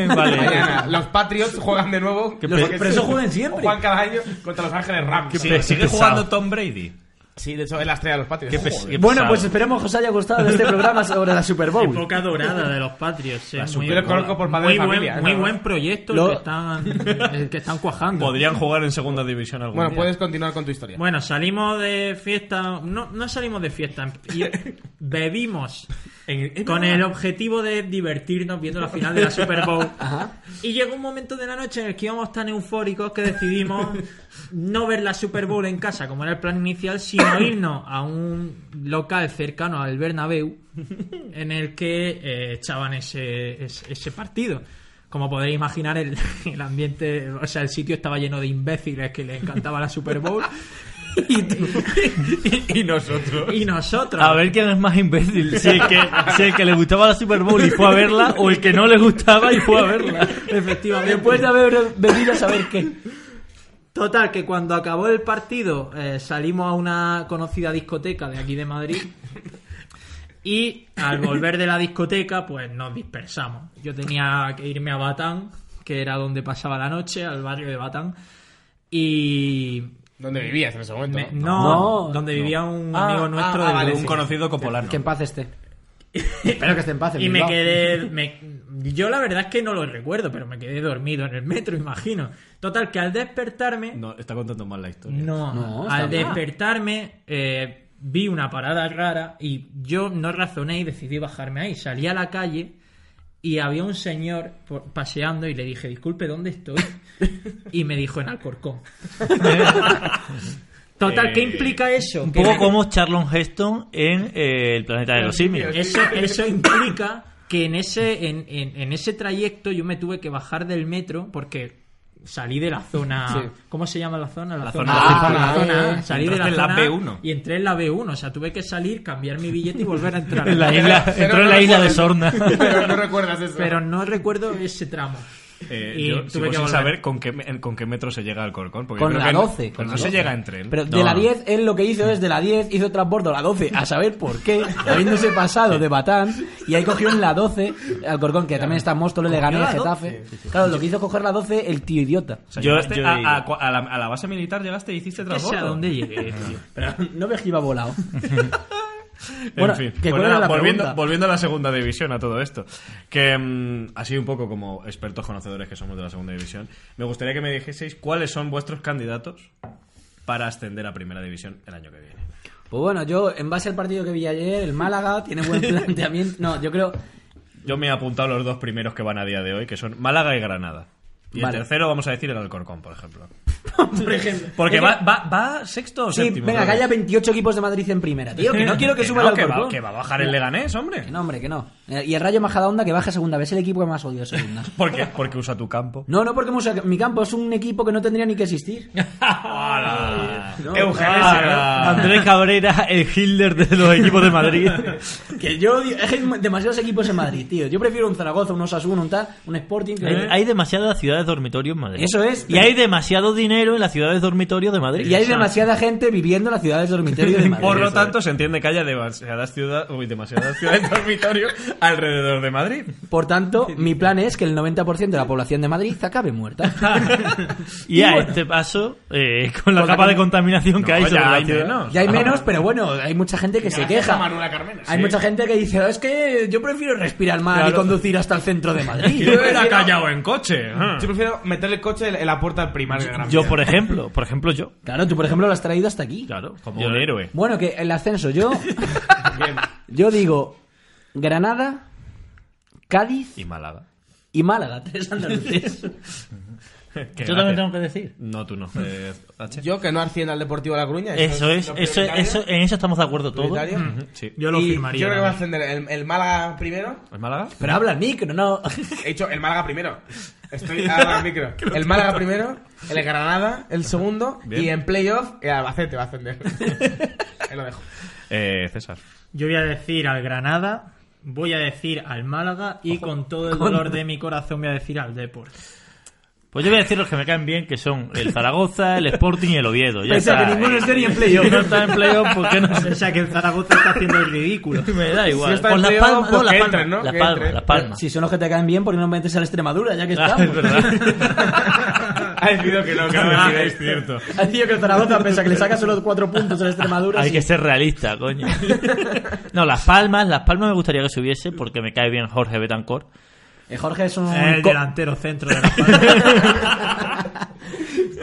vale. Mañana, los Patriots juegan de nuevo. Los- porque pero sí. eso juegan siempre. O Juegan cada año contra Los Ángeles Rams. Sí. Sí. pe- ¿Sigue pesado. jugando Tom Brady? Sí, de hecho es la estrella de los Patriots. Qué pes- Joder. qué Bueno, pues pesado. esperemos que os haya gustado este programa sobre la Super Bowl. Época dorada de los Patriots. eh, muy, Yo lo conozco por padre muy de familia, buen, muy ¿no? buen proyecto Lo- el, que están, el que están cuajando. Podrían jugar en segunda división algún Bueno, día. puedes continuar con tu historia. Bueno, salimos de fiesta. No, no salimos de fiesta. y Bebimos con el objetivo de divertirnos viendo la final de la Super Bowl. Y llegó un momento de la noche en el que íbamos tan eufóricos que decidimos no ver la Super Bowl en casa, como era el plan inicial, sino irnos a un local cercano al Bernabéu en el que eh, echaban ese, ese, ese partido. Como podéis imaginar, el, el ambiente, o sea, el sitio estaba lleno de imbéciles que les encantaba la Super Bowl. Y, Y nosotros. y nosotros. A ver quién es más imbécil. Si el, que, si el que le gustaba la Super Bowl y fue a verla, o el que no le gustaba y fue a verla. Efectivamente. Después de haber venido a saber qué. Total, que cuando acabó el partido eh, salimos a una conocida discoteca de aquí de Madrid y al volver de la discoteca pues nos dispersamos. Yo tenía que irme a Batán, que era donde pasaba la noche, al barrio de Batán. Y... ¿Dónde vivías en ese momento? me- no? no, No. donde vivía un Ah, amigo nuestro ah, del vale, grupo. un conocido copolano. Que en paz esté. Espero que esté en paz. en Y me Bilbao. quedé. me- yo la verdad es que no lo recuerdo, pero me quedé dormido en el metro, imagino. Total, que al despertarme. No, está contando mal la historia. No, No, está al bien. despertarme eh, vi una parada rara y yo no razoné y decidí bajarme ahí. Salí a la calle y había un señor por- paseando y le dije, disculpe, ¿dónde estoy? y me dijo en Alcorcón. Total, ¿qué Eh, implica eso? Un Que- poco como Charlon Heston en eh, El Planeta de los Simios. eso, eso implica que en ese, en, en- en ese trayecto yo me tuve que bajar del metro porque salí de la zona. ¿Cómo se llama la zona? La, zona- A, la la zona zona A. A. Salí de la, Entraste en la zona A B1. Y entré Ah, en la B1. O sea, tuve que salir, cambiar mi billete y volver a entrar. En la isla, Pero- entró pero en la no isla de recuerdas- Sorna. Pero no recuerdas eso. Pero no recuerdo ese tramo. Eh, Y yo tuve sigo que sin volver. saber con qué, me- con qué metro se llega al Corcón. Porque Con yo creo la que no- 12, con no la se 12. llega en tren. Pero de No. la 10, él lo que hizo es de la 10 hizo transbordo a la 12, a saber por qué, habiéndose pasado de Batán, y ahí cogió en la 12 al Corcón, que también está en Móstoles, le ganó la a Getafe. Claro, lo que hizo es coger la 12 el tío idiota. O sea, Yo- llegaste yo a, digo- a cua- a la, a la base militar llegaste y hiciste No sé a transbordo. dónde llegué, tío. Pero no ves que iba volado. En Bueno, fin. que Pues cuál era nada, la volviendo, pregunta. volviendo a la segunda división, a todo esto. Que mm, así un poco como expertos conocedores que somos de la segunda división, me gustaría que me dijeseis cuáles son vuestros candidatos para ascender a primera división el año que viene. Pues bueno, yo, en base al partido que vi ayer, el Málaga tiene buen planteamiento. No, yo creo. Yo me he apuntado los dos primeros que van a día de hoy, que son Málaga y Granada. Y Vale. el tercero, vamos a decir, el Alcorcón, por ejemplo. Por ejemplo. Porque va, va, va sexto o Sí, séptimo. venga, que creo. haya 28 equipos de Madrid en primera, tío. Que no quiero que suba no, el que va, Alcorcón. que va a bajar el Leganés, hombre. Que no, hombre, que no. Y el Rayo Majadahonda que baja a segunda. Es el equipo que más odio de segunda. ¿Por qué? Porque usa tu campo. No, no porque Musa- mi campo es un equipo que no tendría ni que existir. ¡Hala! No, Eugenio ah, Serra. Andrés Cabrera, el Hilder de los equipos de Madrid. Que yo odio- hay demasiados equipos en Madrid, tío. Yo prefiero un Zaragoza, un Osasuna, un tal, un Sporting. que- Hay, hay demasiadas ciudades dormitorio en Madrid. ¿Eh? Eso es. Y hay demasiado dinero en las ciudades dormitorio de Madrid. Y hay O sea, demasiada gente viviendo en las ciudades dormitorio de Madrid. Por lo tanto, se entiende que haya demasiadas ciudades, uy, demasiadas ciudades dormitorio alrededor de Madrid. Por tanto, mi plan es que el 90% de la población de Madrid acabe muerta. Y a este paso, eh, con la Con la capa de cam- contaminación que No, hay sobre ya la hay ciudad. menos. Ya hay menos, pero bueno, hay mucha gente que se Gracias a queja. Manuela Carmena. Hay mucha gente que dice, "Oh, es que yo prefiero respirar mal y Claro. conducir hasta el centro de Madrid. Yo era callado en coche. ah. Yo prefiero meter el coche en en la puerta del primario. de Gran Yo, Vía. por ejemplo, por ejemplo yo. Claro, tú por ejemplo lo has traído hasta aquí. Claro, Como yo- un héroe. Bueno, que el ascenso, yo, Bien. yo digo Granada, Cádiz Y Málaga. y Málaga, tres andaluces. Qué Yo también gracia. tengo que decir. No, tú no. eh, H. Yo que no ascienda al Deportivo de La Coruña. Eso es, lo eso, prioritario, eso, en eso estamos de acuerdo todos. prioritario. Ujú, Sí. Yo lo Y firmaría. Yo creo que va a ¿no? ascender el, el Málaga primero. ¿Es Málaga? Pero habla el micro, no. He dicho el Málaga primero. Estoy ahora al micro. El Málaga primero, el Granada, el segundo, Bien. y en playoff el Albacete va a ascender. Ahí lo dejo. Eh, César. Yo voy a decir al Granada, voy a decir al Málaga y con todo el dolor de mi corazón voy a decir al Deport. Pues yo voy a decir los que me caen bien, que son el Zaragoza, el Sporting y el Oviedo. Ya Pese a está. que ninguno esté ni en playoff. Si no está en playoff, ¿por qué no O sea que el Zaragoza está haciendo el ridículo. Me da igual. Si está Con en las playoff, palmas, pues no, las que palmas, entren, ¿no? las Que palmas, entren. las palmas. Si son los que te caen bien, ¿por qué no metes a la Extremadura ya que Ah, estamos? es verdad. Ha decidido que no, que no Ah, decidáis. es cierto. Ha dicho que el Zaragoza pese a que le saca solo cuatro puntos a la Extremadura. Hay sí. que ser realista, coño. No, las palmas, las palmas me gustaría que subiese porque me cae bien Jorge Betancourt. Eh, Jorge es un... El co- delantero centro de la Palma.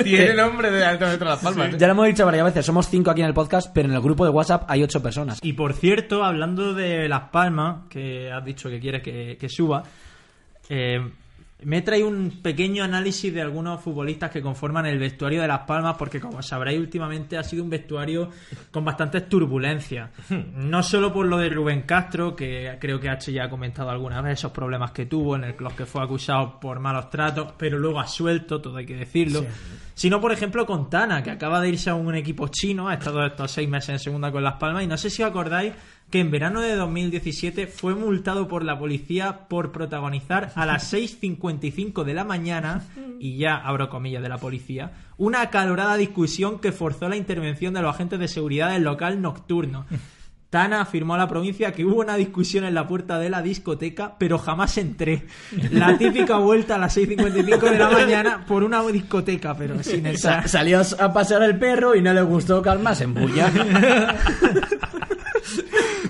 Tiene nombre de alto dentro de las palmas. ¿eh? Ya lo hemos dicho varias veces, somos cinco aquí en el podcast, pero en el grupo de WhatsApp hay ocho personas. Y por cierto, hablando de Las Palmas, que has dicho que quieres que, que suba, eh, me he traído un pequeño análisis de algunos futbolistas que conforman el vestuario de Las Palmas, porque como sabréis, últimamente ha sido un vestuario con bastantes turbulencias. No solo por lo de Rubén Castro, que creo que H ya ha comentado algunas veces esos problemas que tuvo, en el, los que fue acusado por malos tratos, pero luego ha suelto, todo hay que decirlo. Sino, por ejemplo, con Tana, que acaba de irse a un equipo chino, ha estado estos seis meses en segunda con Las Palmas, y no sé si os acordáis que en verano de 2017 fue multado por la policía por protagonizar a las 6.55 de la mañana, y ya abro comillas de la policía, una acalorada discusión que forzó la intervención de los agentes de seguridad del local nocturno. Tana afirmó a la provincia que hubo una discusión en la puerta de la discoteca, pero jamás entré. La típica vuelta a las 6.55 de la mañana por una discoteca, pero sin entrar. Sa- salió a pasear el perro y no le gustó calmarse en bulla.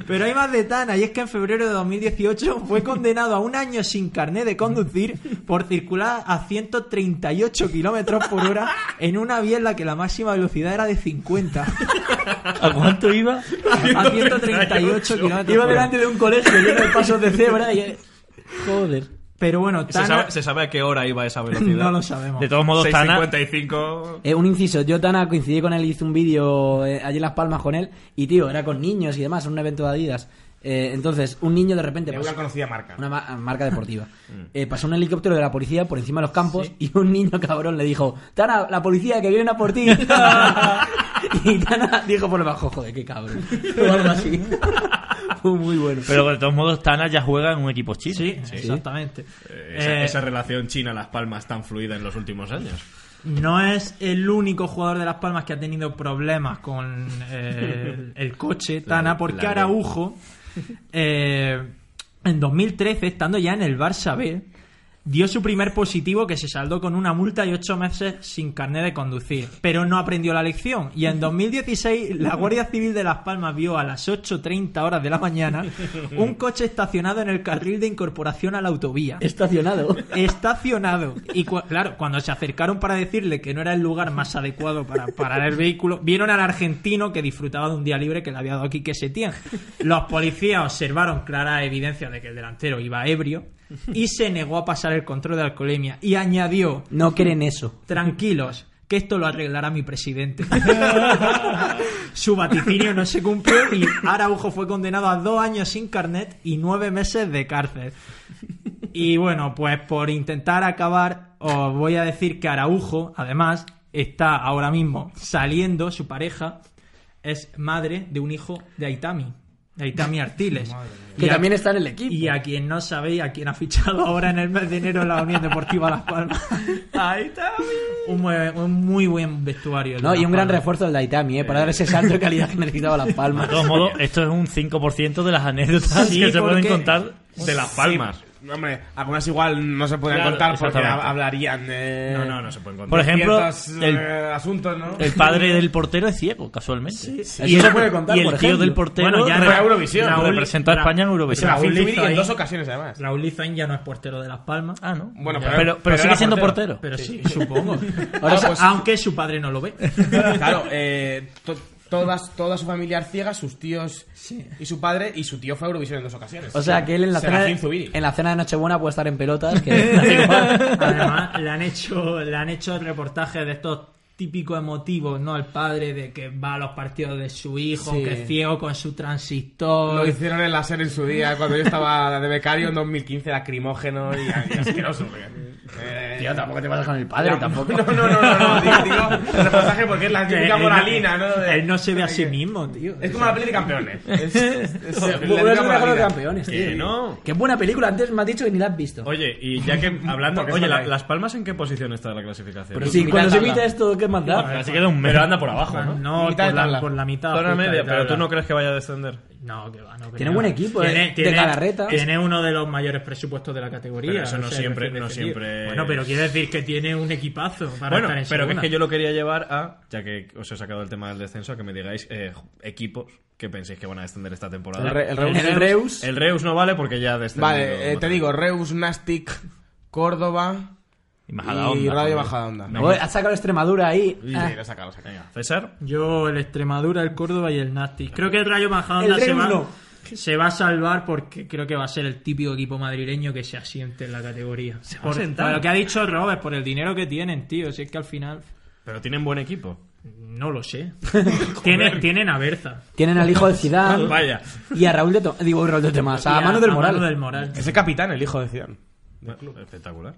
Pero hay más de Tana, y es que en febrero de 2018 fue condenado a un año sin carné de conducir por circular a 138 kilómetros por hora en una vía en la que la máxima velocidad era de 50. ¿A cuánto iba? A 138 kilómetros Iba por hora. delante de un colegio lleno de pasos de cebra y... eh, Joder. Pero bueno, ¿Se Tana sabe, se sabe a qué hora iba esa velocidad? no lo sabemos. De todos modos, Tana. 6.55... Eh, un inciso, yo Tana coincidí con él, hice un vídeo eh, allí en Las Palmas con él y tío, era con niños y demás, en un evento de Adidas. Eh, entonces, un niño de repente... pues, De pasó- una conocida marca. Una ma- marca deportiva. Eh, pasó un helicóptero de la policía por encima de los campos y un niño cabrón le dijo, Tana, la policía que viene a por ti. y Tana dijo por debajo, joder, qué cabrón. O algo así. Fue muy bueno. Pero de todos modos, Tana ya juega en un equipo chino. Sí, exactamente. Eh, Esa, Eh, esa relación China-Las Palmas tan fluida en los últimos años. No es el único jugador de Las Palmas que ha tenido problemas con eh, el, el coche, Tana, porque la- Araujo, eh, en 2013, estando ya en el Barça B, dio su primer positivo que se saldó con una multa y ocho meses sin carnet de conducir. Pero no aprendió la lección. Y en 2016, la Guardia Civil de Las Palmas vio a las 8.30 horas de la mañana un coche estacionado en el carril de incorporación a la autovía Estacionado. estacionado. Y cua- claro, cuando se acercaron para decirle que no era el lugar más adecuado para parar el vehículo, vieron al argentino que disfrutaba de un día libre que le había dado Quique Setién. Los policías observaron clara evidencia de que el delantero iba ebrio. y se negó a pasar el control de alcoholemia y añadió, No creen eso. tranquilos, que esto lo arreglará mi presidente. Su vaticinio no se cumplió y Araujo fue condenado a dos años sin carnet y nueve meses de cárcel. Y bueno, pues por intentar acabar, os voy a decir que Araujo, además, está ahora mismo saliendo, su pareja es madre de un hijo de Aitami. de Aitami Artiles. Que Y a- también está en el equipo. y a quien no sabéis, a quien ha fichado ahora en el mes de enero la Unión Deportiva Las Palmas. Ahí está. Un muy, un muy buen vestuario. el de No, y Las un gran Palmas. refuerzo del Daitami, ¿eh? Para dar ese salto de calidad que necesitaba Las Palmas. De todos modos, esto es un 5% de las anécdotas Sí, que se pueden porque- contar. De las palmas. Hombre, algunas igual no se podrían Claro, contar porque exactamente. hab- hablarían Eh, de. No, no, no se pueden Por contar. ejemplo, ciertos, el- eh, asuntos, ¿no? El padre del portero es ciego, casualmente. Eso se puede contar, y el por tío ejemplo. del portero Bueno, ya re- fue a Eurovisión. Raúl Raúl- representó a Ra- España en Es Eurovisión. una Raúl Phil Libby hizo en ahí- dos ocasiones, además. Raúl Izain ya no es portero de Las Palmas. Ah, no. Bueno, Ya. pero- pero, pero pero sigue era siendo portero. portero. Pero sí, Ah, supongo. Ahora O sea, pues- Aunque su padre no lo ve. claro, eh, to- todas, toda su familia era ciega, sus tíos y su padre, y su tío fue a Eurovisión en dos ocasiones. O sea, que él en la, cena, Serafín de- Zubiri. en la cena de Nochebuena puede estar en pelotas. Que... Además, le han hecho, le han hecho reportajes de estos típicos emotivos, ¿no? El padre de que va a los partidos de su hijo, Sí. que es ciego con su transistor. Lo hicieron en la serie en su día, cuando yo estaba de becario en 2015, lacrimógeno y, y asqueroso. porque, eh, Tío, tampoco te pasas con el padre, tampoco. No, no, no, no, no, digo, digo el reportaje porque es la Que él típica no- moralina, ¿no? De- Él no se ve a sí mismo, tío. Es como la peli de campeones. Es, es- es la Muy buenos típica mejores moralina. campeones, tío. Que no. Qué buena película, antes me has dicho que ni la has visto. Oye, y ya que hablando. Porque Oye, está la- ahí. ¿Las Palmas en qué posición está de la clasificación? Pero sí, mitad cuando se tabla. emite esto, ¿qué más da? Así queda un mes. Pero anda por ¿eh? abajo, ¿no? No, Mitad de por la, tabla. por la mitad. Zona justo de media, pero tabla. tú no crees que vaya a descender. No, que va, no creo. Tiene buen equipo, eh, Tiene- de tiene- Galarreta. Tiene uno de los mayores presupuestos de la categoría. Pero eso no siempre- es decir, no que tío- siempre Bueno, pero es- quiere decir que tiene un equipazo para Bueno, estar en pero que es segunda. que yo lo quería llevar a, ya que os he sacado el tema del descenso, a que me digáis eh, equipos que penséis que van a descender esta temporada. El, Re- el Reus. El Reus. El Reus no vale porque ya ha descendido. Vale, eh, te digo, Reus, Nastic, Córdoba Y, y, Majada Onda, Radio joder. Bajada Onda. No. Oye, Has sacado Extremadura ahí. Sí, Ah. lo he sacado, lo he sacado. Venga, César. Yo, el Extremadura, el Córdoba y el Nastic. Creo que el Rayo Majadahonda El se Reus va, no. se va a salvar porque creo que va a ser el típico equipo madrileño que se asiente en la categoría. va por, a sentar. por lo que ha dicho Robert, por el dinero que tienen, tío. Si es que al final, Pero tienen buen equipo. no lo sé. tienen, tienen a Berza. Tienen al hijo de Zidane. Ah, Vaya. Y a Raúl de Tomás. Digo, Raúl de Tomás. A Y Manu del Moral. Manu del Moral. Ese capitán, el hijo de Zidane. Bueno, espectacular.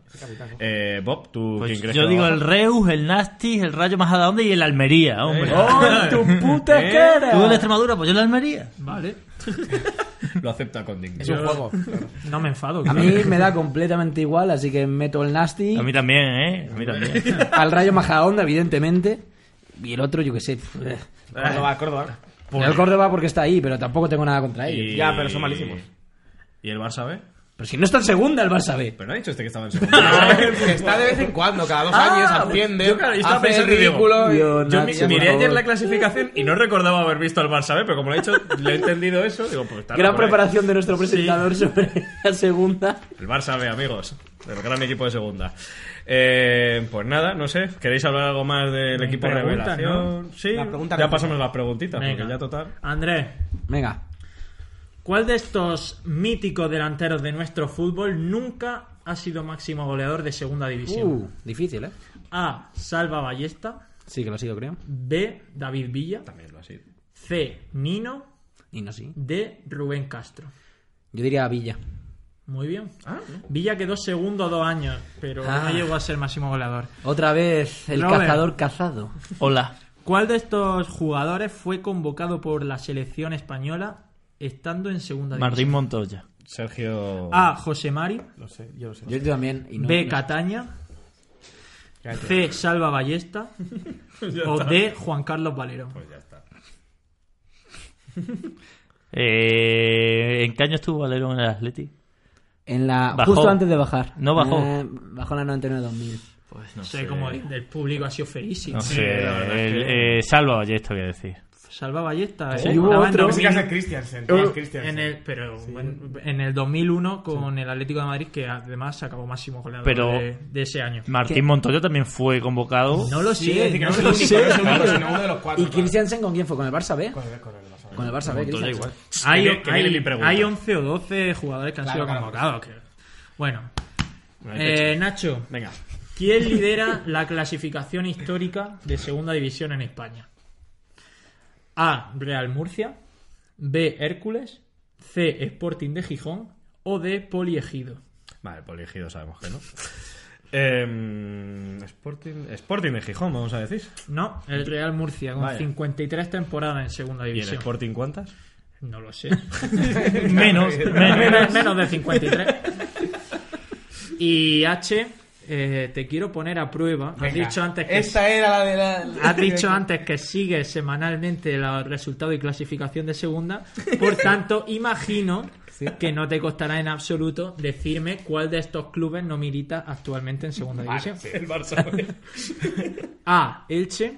Eh, Bob, ¿tú Pues quién crees yo que digo va el abajo? Reus, el Nasty, el Rayo Majada Onda y el Almería, hombre. Eh. ¡Oh, en tu puta ¿Eh? ¿Tú en cara! Extremadura? Pues yo en Almería. Vale. Lo acepta con dignidad. Es un juego. No me enfado. A claro. mí me da completamente igual, así que meto el Nasty. A mí también, ¿eh? A mí también. Al Rayo Majadahonda, evidentemente. Y el otro, yo qué sé. pf, eh. Córdoba, Córdoba. El Córdoba porque está ahí, pero tampoco tengo nada contra ellos. Y- Ya, pero son malísimos. ¿Y el Barça B? Pero si no está en segunda, el Barça B. Pero no ha dicho este que estaba en segundo. Que está de vez en cuando, cada dos Ah, años asciende, yo, claro, yo estaba hace el pensando y digo, ridículo. y- Dios, Yo mi- Nacho, por miré ayer favor. la clasificación y no recordaba haber visto al Barça B, pero como lo he dicho, le he entendido eso. Digo, pues está Gran por ahí. preparación de nuestro presentador sobre la segunda. El Barça B, amigos. El gran equipo de segunda. Eh, pues nada, no sé. ¿Queréis hablar algo más del equipo de preguntas, revelación? Sí, La pregunta ya referente. pasamos las preguntitas, Venga. porque ya total. Andrés, Venga. ¿cuál de estos míticos delanteros de nuestro fútbol nunca ha sido máximo goleador de segunda división? Uh, difícil, ¿eh? A. Salva Ballesta. Sí, que lo sigo, creo. B. David Villa. También lo ha sido. C. Nino. Y no, sí. D. Rubén Castro. Yo diría Villa. Muy bien. Villa quedó segundo dos años, pero Ah. no llegó a ser máximo goleador. Otra vez el Robert. eh. cazador cazado. Hola. ¿Cuál de estos jugadores fue convocado por la selección española estando en segunda Martín división? Montoya. Sergio. A. José Mari. Lo sé, yo lo sé. Yo también. Y no, B. Cataña. Cállate. C. Salva Ballesta. o D. Juan Carlos Valero. Pues ya está. Eh, ¿En qué año estuvo Valero en el Atleti? En la, Bajó. Justo antes de bajar. No bajó. Eh, bajó en la 99-2000. Pues no No sé cómo el- del público ha sido feliz. No Sí. sé. la verdad es el- que- eh, Salva Ballesta, voy a decir. Salva Ballesta. Sí, eh, hubo estaba en otro. 2000, Música de Christiansen. en- Thomas Christiansen. en el, pero bueno, en el 2001 con el Atlético de Madrid, que además acabó máximo goleador Pero- de, de ese año. Martín Montoya también fue convocado. No lo Sí, es sé, decir, que no no es el lo único, ¿eh? sé. no es el único, sino uno de los cuatro. ¿Y Christiansen con quién fue? ¿Con el Barça B? Joder, con el Barça. Con el Barça B, Montoya Christiansen. igual. Hay, Que- que hay- Nelly pregunta. hay 11 o 12 jugadores que han Claro, sido claro. convocados. que- Bueno, Bueno, hay que- eh, Nacho, Venga. ¿quién lidera la clasificación histórica de segunda división en España? A. Real Murcia. B. Hércules. C. Sporting de Gijón. O D. Poliegido. Vale, poliegido sabemos que no. Em, Sporting, Sporting de Gijón, vamos a decir. No, el Real Murcia con Vaya. 53 temporadas en segunda ¿Y el división. Sporting cuántas? No lo sé. Menos, menos. menos, menos de 53. Y H, eh, te quiero poner a prueba. Has Venga, dicho antes que Esta era la de la. Has dicho antes que sigue semanalmente los resultados y clasificación de segunda, por tanto, imagino que no te costará en absoluto decirme cuál de estos clubes no milita actualmente en segunda división. El Barça. A. Elche.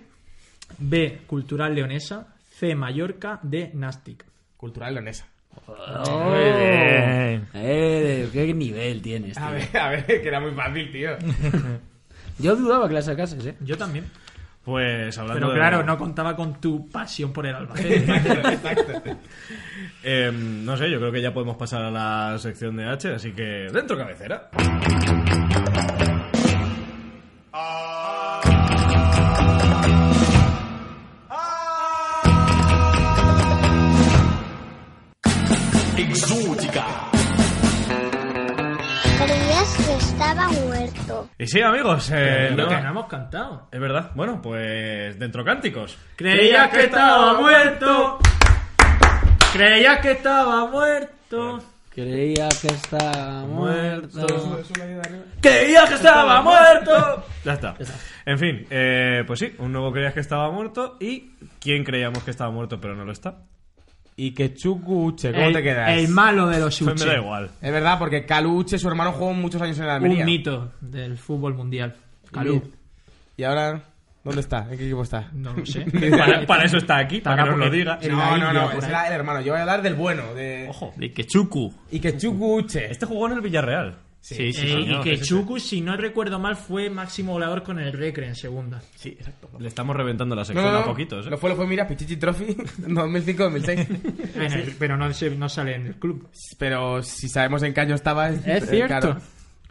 B. Cultural Leonesa. C. Mallorca. D. Nastic. Cultural leonesa. Muy bien. Eh, qué nivel tienes, tío. A ver, a ver, que era muy fácil, tío. Yo dudaba que la sacases, eh. Yo también. Pues hablando Pero de- claro, no contaba con tu pasión por el Albacete. Exacto. Em, no sé, yo creo que ya podemos pasar a la sección de H, así que dentro cabecera. Creías que estaba muerto. Y sí, amigos, eh, Lo no- que no hemos cantado. es verdad. Bueno, pues dentro cánticos. Creías que estaba muerto. Creías que estaba muerto. Creía que estaba muerto. Creías que estaba muerto. Ya está. En fin, eh, pues sí, un nuevo creías que estaba muerto y quién creíamos que estaba muerto pero no lo está. Y que Chucuche, ¿cómo el, te quedas? el malo de los Pues me da Uche. igual. Es verdad, porque Caluche, su hermano, jugó muchos años en el Almería. Un mito del fútbol mundial. Calú. ¿Y ahora dónde está? ¿En qué equipo está? No lo sé. Para, para eso está aquí, para Estará que nos lo porque- diga. en la no, no, India, por no, ahí. ese pues era el hermano. Yo voy a hablar del bueno. De... Ojo, De Quechucu. Y que Chucuche. este jugó en el Villarreal. Sí, sí, Eh, y señor. que Chuku, si no recuerdo mal, fue máximo goleador con el Recre en segunda. Sí, exacto. Le estamos reventando la No, sección no, no. a poquitos. ¿eh? Lo fue, lo fue, mira, Pichichi Trophy 2005-2006. En el- pero no, se- no sale en el club. Pero si sabemos en qué año estaba... Es eh, cierto. claro.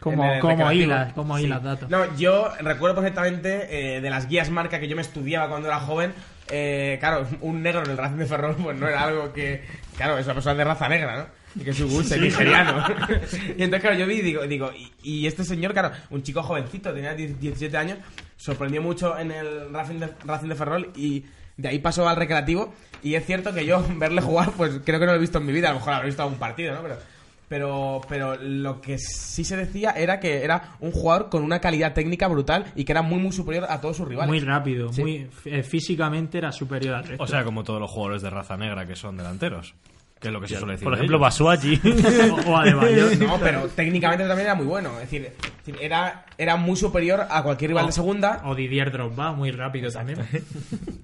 Como, En el como recreativo. hilas, como hilas datos. No, yo recuerdo perfectamente eh, de las guías marca que yo me estudiaba cuando era joven. eh, claro, un negro en el Racing de Ferrol, pues no era algo que. Claro, es una persona de raza negra, ¿no? Y que es un gusto, nigeriano. y entonces, claro, yo vi y digo, digo y, y este señor, claro, un chico jovencito, tenía 10 17 años, sorprendió mucho en el Racing de, Racing de Ferrol y. De ahí pasó al recreativo y es cierto que yo verle jugar, pues creo que no lo he visto en mi vida, a lo mejor habré visto algún partido, ¿no? Pero pero, pero lo que sí se decía era que era un jugador con una calidad técnica brutal y que era muy, muy superior a todos sus rivales. Muy rápido, muy eh, físicamente era superior al resto. O sea, como todos los jugadores de raza negra que son delanteros. Que es lo que se suele decir. Por de ejemplo, ellos. Basuachi. o, o Adebayor. no, pero técnicamente también era muy bueno. Es decir, es decir, era, era muy superior a cualquier rival de segunda. O Didier Drogba, muy rápido también.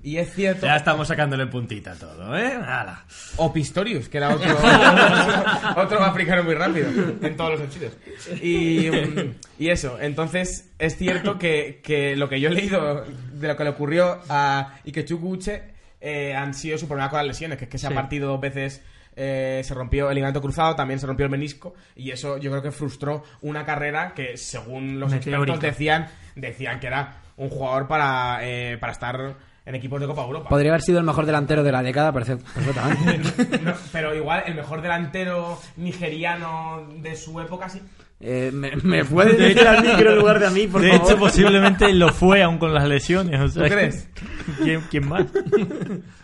Y es cierto. Ya estamos sacándole puntita a todo, ¿eh? Hala. O Pistorius, que era otro, otro africano muy rápido, en todos los sentidos. Y, mm, y eso, entonces es cierto que, que lo que yo he leído de lo que le ocurrió a Ikechuku Uche eh, han sido su problema con las lesiones, que es que se Sí. ha partido dos veces, eh, se rompió el ligamento cruzado, también se rompió el menisco, y eso yo creo que frustró una carrera que según los expertos Meteórica. decían, decían que era un jugador para, eh, para estar en equipos de Copa Europa. Podría haber sido el mejor delantero de la década, parece perfectamente. No, pero igual el mejor delantero nigeriano de su época sí. Eh, me, me puedes decir al micro en lugar de a mí, por De favor. hecho, pues, posiblemente lo fue aún con las lesiones. O sea, ¿Tú crees? ¿Quién, quién más?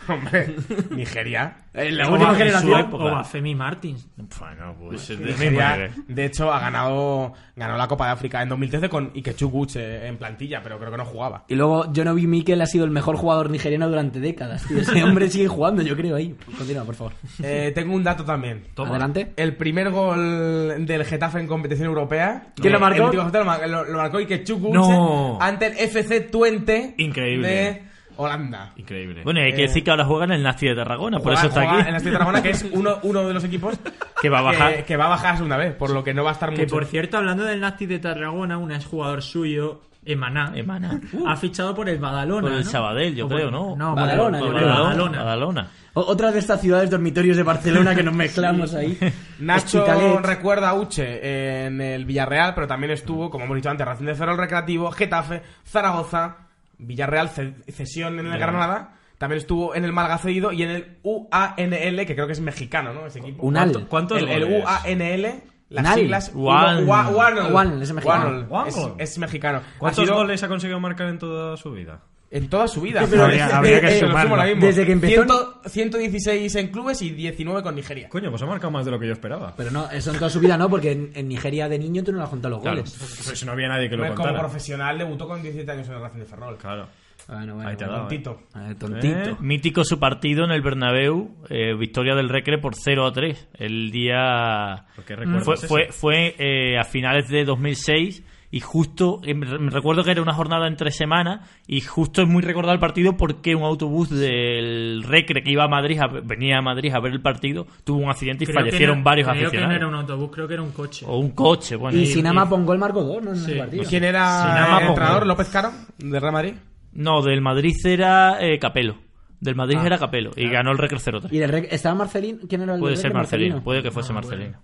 Hombre, Nigeria. En La Eh, la última última que- en su generación. época. O a Femi Martins. Bueno, pues el mismo Nigeria, de hecho, ha ganado ganó la Copa de África en 2013 con Ikechu Guche en plantilla, pero creo que no jugaba. Y luego Jonobi Mikel ha sido el mejor jugador nigeriano durante décadas. tío. Ese hombre sigue jugando, yo creo, ahí. Continúa, por favor. Eh, tengo un dato también. Adelante. El primer gol del Getafe en competición europea. eh, ¿Quién lo marcó? El último Getafe lo, ma- lo- lo marcó Ikechu Guche No. ante el FC Twente. Increíble. de Holanda. Increíble. Bueno, y hay que Eh, decir que ahora juega en el Nazi de Tarragona, Ah, por Juega- eso está juega aquí. En la Estrella Tarragona, que es uno, uno de los equipos Que va a bajar. Que, va a bajar a segunda vez, por lo que no va a estar Que mucho. por cierto, hablando del Nasti de Tarragona, un exjugador suyo, Emaná, Emana. ha fichado por el Badalona. Por el ¿no? Sabadell, yo O por- creo, ¿no? No, por el- Badalona, por yo el creo. Badalona. Badalona. O- Otra de estas ciudades dormitorios de Barcelona que nos mezclamos ahí. Nacho Hospitalet. recuerda a Uche en el Villarreal, pero también estuvo, como hemos dicho antes, Racing de Ferrol Recreativo, Getafe, Zaragoza, Villarreal, ce- cesión en el Granada. También estuvo en el Málaga cedido y en el UANL, que creo que es mexicano, ¿no? Ese equipo. Unal. ¿Cuánto- cuántos el, E el goles? UANL, las Unal. siglas. Uan. Ua- Uanol. Uanol, ese mexicano. Uanol, es- Uanol. Es, mexicano. Ha ¿Cuántos sido goles ha conseguido marcar en toda su vida? En toda su vida. Pero Habría- desde- habría que eh, eh, sumarlo. Somos lo mismo. Desde que empezó- 100 116 en clubes y 19 con Nigeria. Coño, pues ha marcado más de lo que yo esperaba. Pero no, eso en toda su vida no, porque en, en Nigeria de niño tú no le has contado los Claro, goles. pues si no había nadie que lo Hombre, Como contara. profesional debutó con 17 años en el Racing de Ferrol. Claro. Bueno, bueno, Ahí te ha bueno. dado. ¿eh? Tito. Eh, tontito. Eh. Mítico su partido en el Bernabéu, eh, victoria del Recre por 0 a 3. El día ¿Por qué recuerdas fue ese? fue, fue, eh, a finales de 2006 y justo eh, me me recuerdo que era una jornada entre semanas y justo es muy recordado el partido porque un autobús del Recre que iba a Madrid a- venía a Madrid a ver el partido tuvo un accidente y Creo que fallecieron no- varios Creo que no aficionados era un autobús, creo que era un coche. o un coche, bueno, Y y- Sinama y- pongo el marco 2, ¿no? En ese Sí. partido. ¿Quién era Sí, nada más pues, el entrenador? poco. López Caro, de Real Madrid. no, del Madrid era eh, Capelo. Del Madrid era Capelo y ganó el Recre 0 ¿Y del rec- ¿Estaba Marcelín? ¿Quién era el Puede del ser rec? Marcelino, puede que Ah, fuese Marcelino.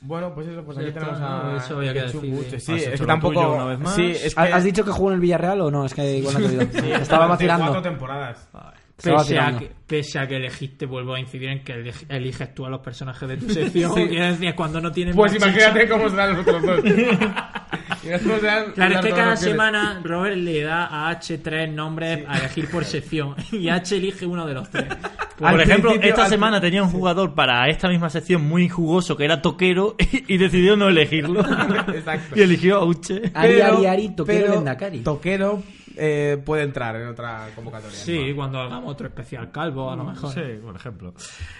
Bueno, pues eso, pues Ya aquí está, tenemos a. no, eso había que Jesús decir. eh. Buche. Sí, Has es hecho que lo tampoco. tuyo una vez más. Sí, es que. ¿Has has dicho que jugó en el Villarreal o no? Es que igual no te he oído. Estaba durante cuatro vacilando. temporadas. Ah. Estaba Pese a, vacilando. que, pese a que elegiste, vuelvo a incidir en que eleg- eliges tú a los personajes de tu sección. Quiero decir, cuando no tienen Pues más imagínate cómo serán los otros dos. Y nosotros serán Claro, es las que dos cada opciones. semana Robert le da a H tres nombres a elegir por sección y H elige uno de los tres. Pues, Al Por ejemplo, principio- esta al- semana tenía un jugador para esta misma sección muy jugoso que era toquero y, y decidió no elegirlo. Exacto. y eligió a Uche. Ari, Pero- Ari, Ari, Toquero, pero Lendakari. Toquero eh, puede entrar en otra convocatoria. sí, cuando hagamos otro especial calvo, a lo mejor. Sí, por ejemplo.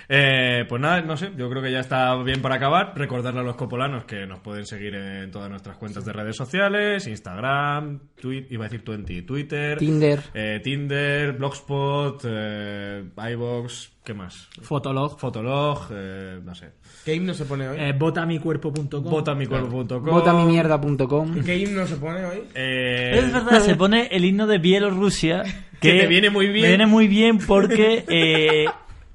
Eh, pues nada, no sé, yo creo que ya está bien para acabar. Recordarle a los copolanos que nos pueden seguir en todas nuestras cuentas de redes sociales, Instagram, Twitter, iba a decir 20, Twitter, Tinder. eh, Tinder, Blogspot, eh, iVoox, ¿qué más? Fotolog. Fotolog, eh, no sé. ¿Qué himno se pone hoy? Eh, votamicuerpo.com. Botamicuerpo.com. Votamimierda.com. ¿Qué himno se pone hoy? Eh, Es verdad, se pone el himno de Bielorrusia. Que, Que te viene muy bien. me viene muy bien porque eh,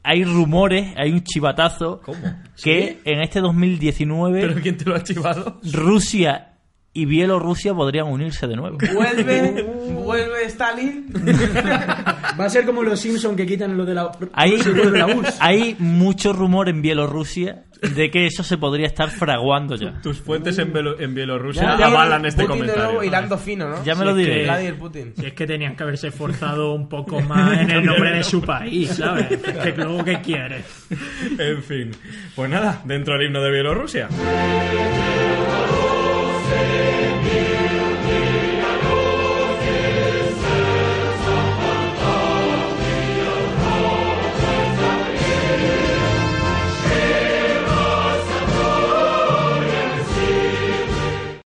hay rumores, hay un chivatazo. ¿Cómo? Que en este 2019 ¿Pero quién te lo ha chivado? Rusia y Bielorrusia podrían unirse de nuevo. Vuelve, Uh. vuelve Stalin. Va a ser como los Simpson que quitan lo de la. Hay, se vuelve la URSS. hay mucho rumor en Bielorrusia de que eso se podría estar fraguando ya. Tus fuentes en, Belo- en Bielorrusia Ya, ya, avalan este Putin de nuevo comentario. hilando fino, ¿no? Ya me lo es que diré. Vladimir Putin. Si es que tenían que haberse forzado un poco más en el nombre de su país, ¿sabes? Es Que luego, ¿qué quieres? En fin. Pues nada, dentro del himno de Bielorrusia. Bielorrusia,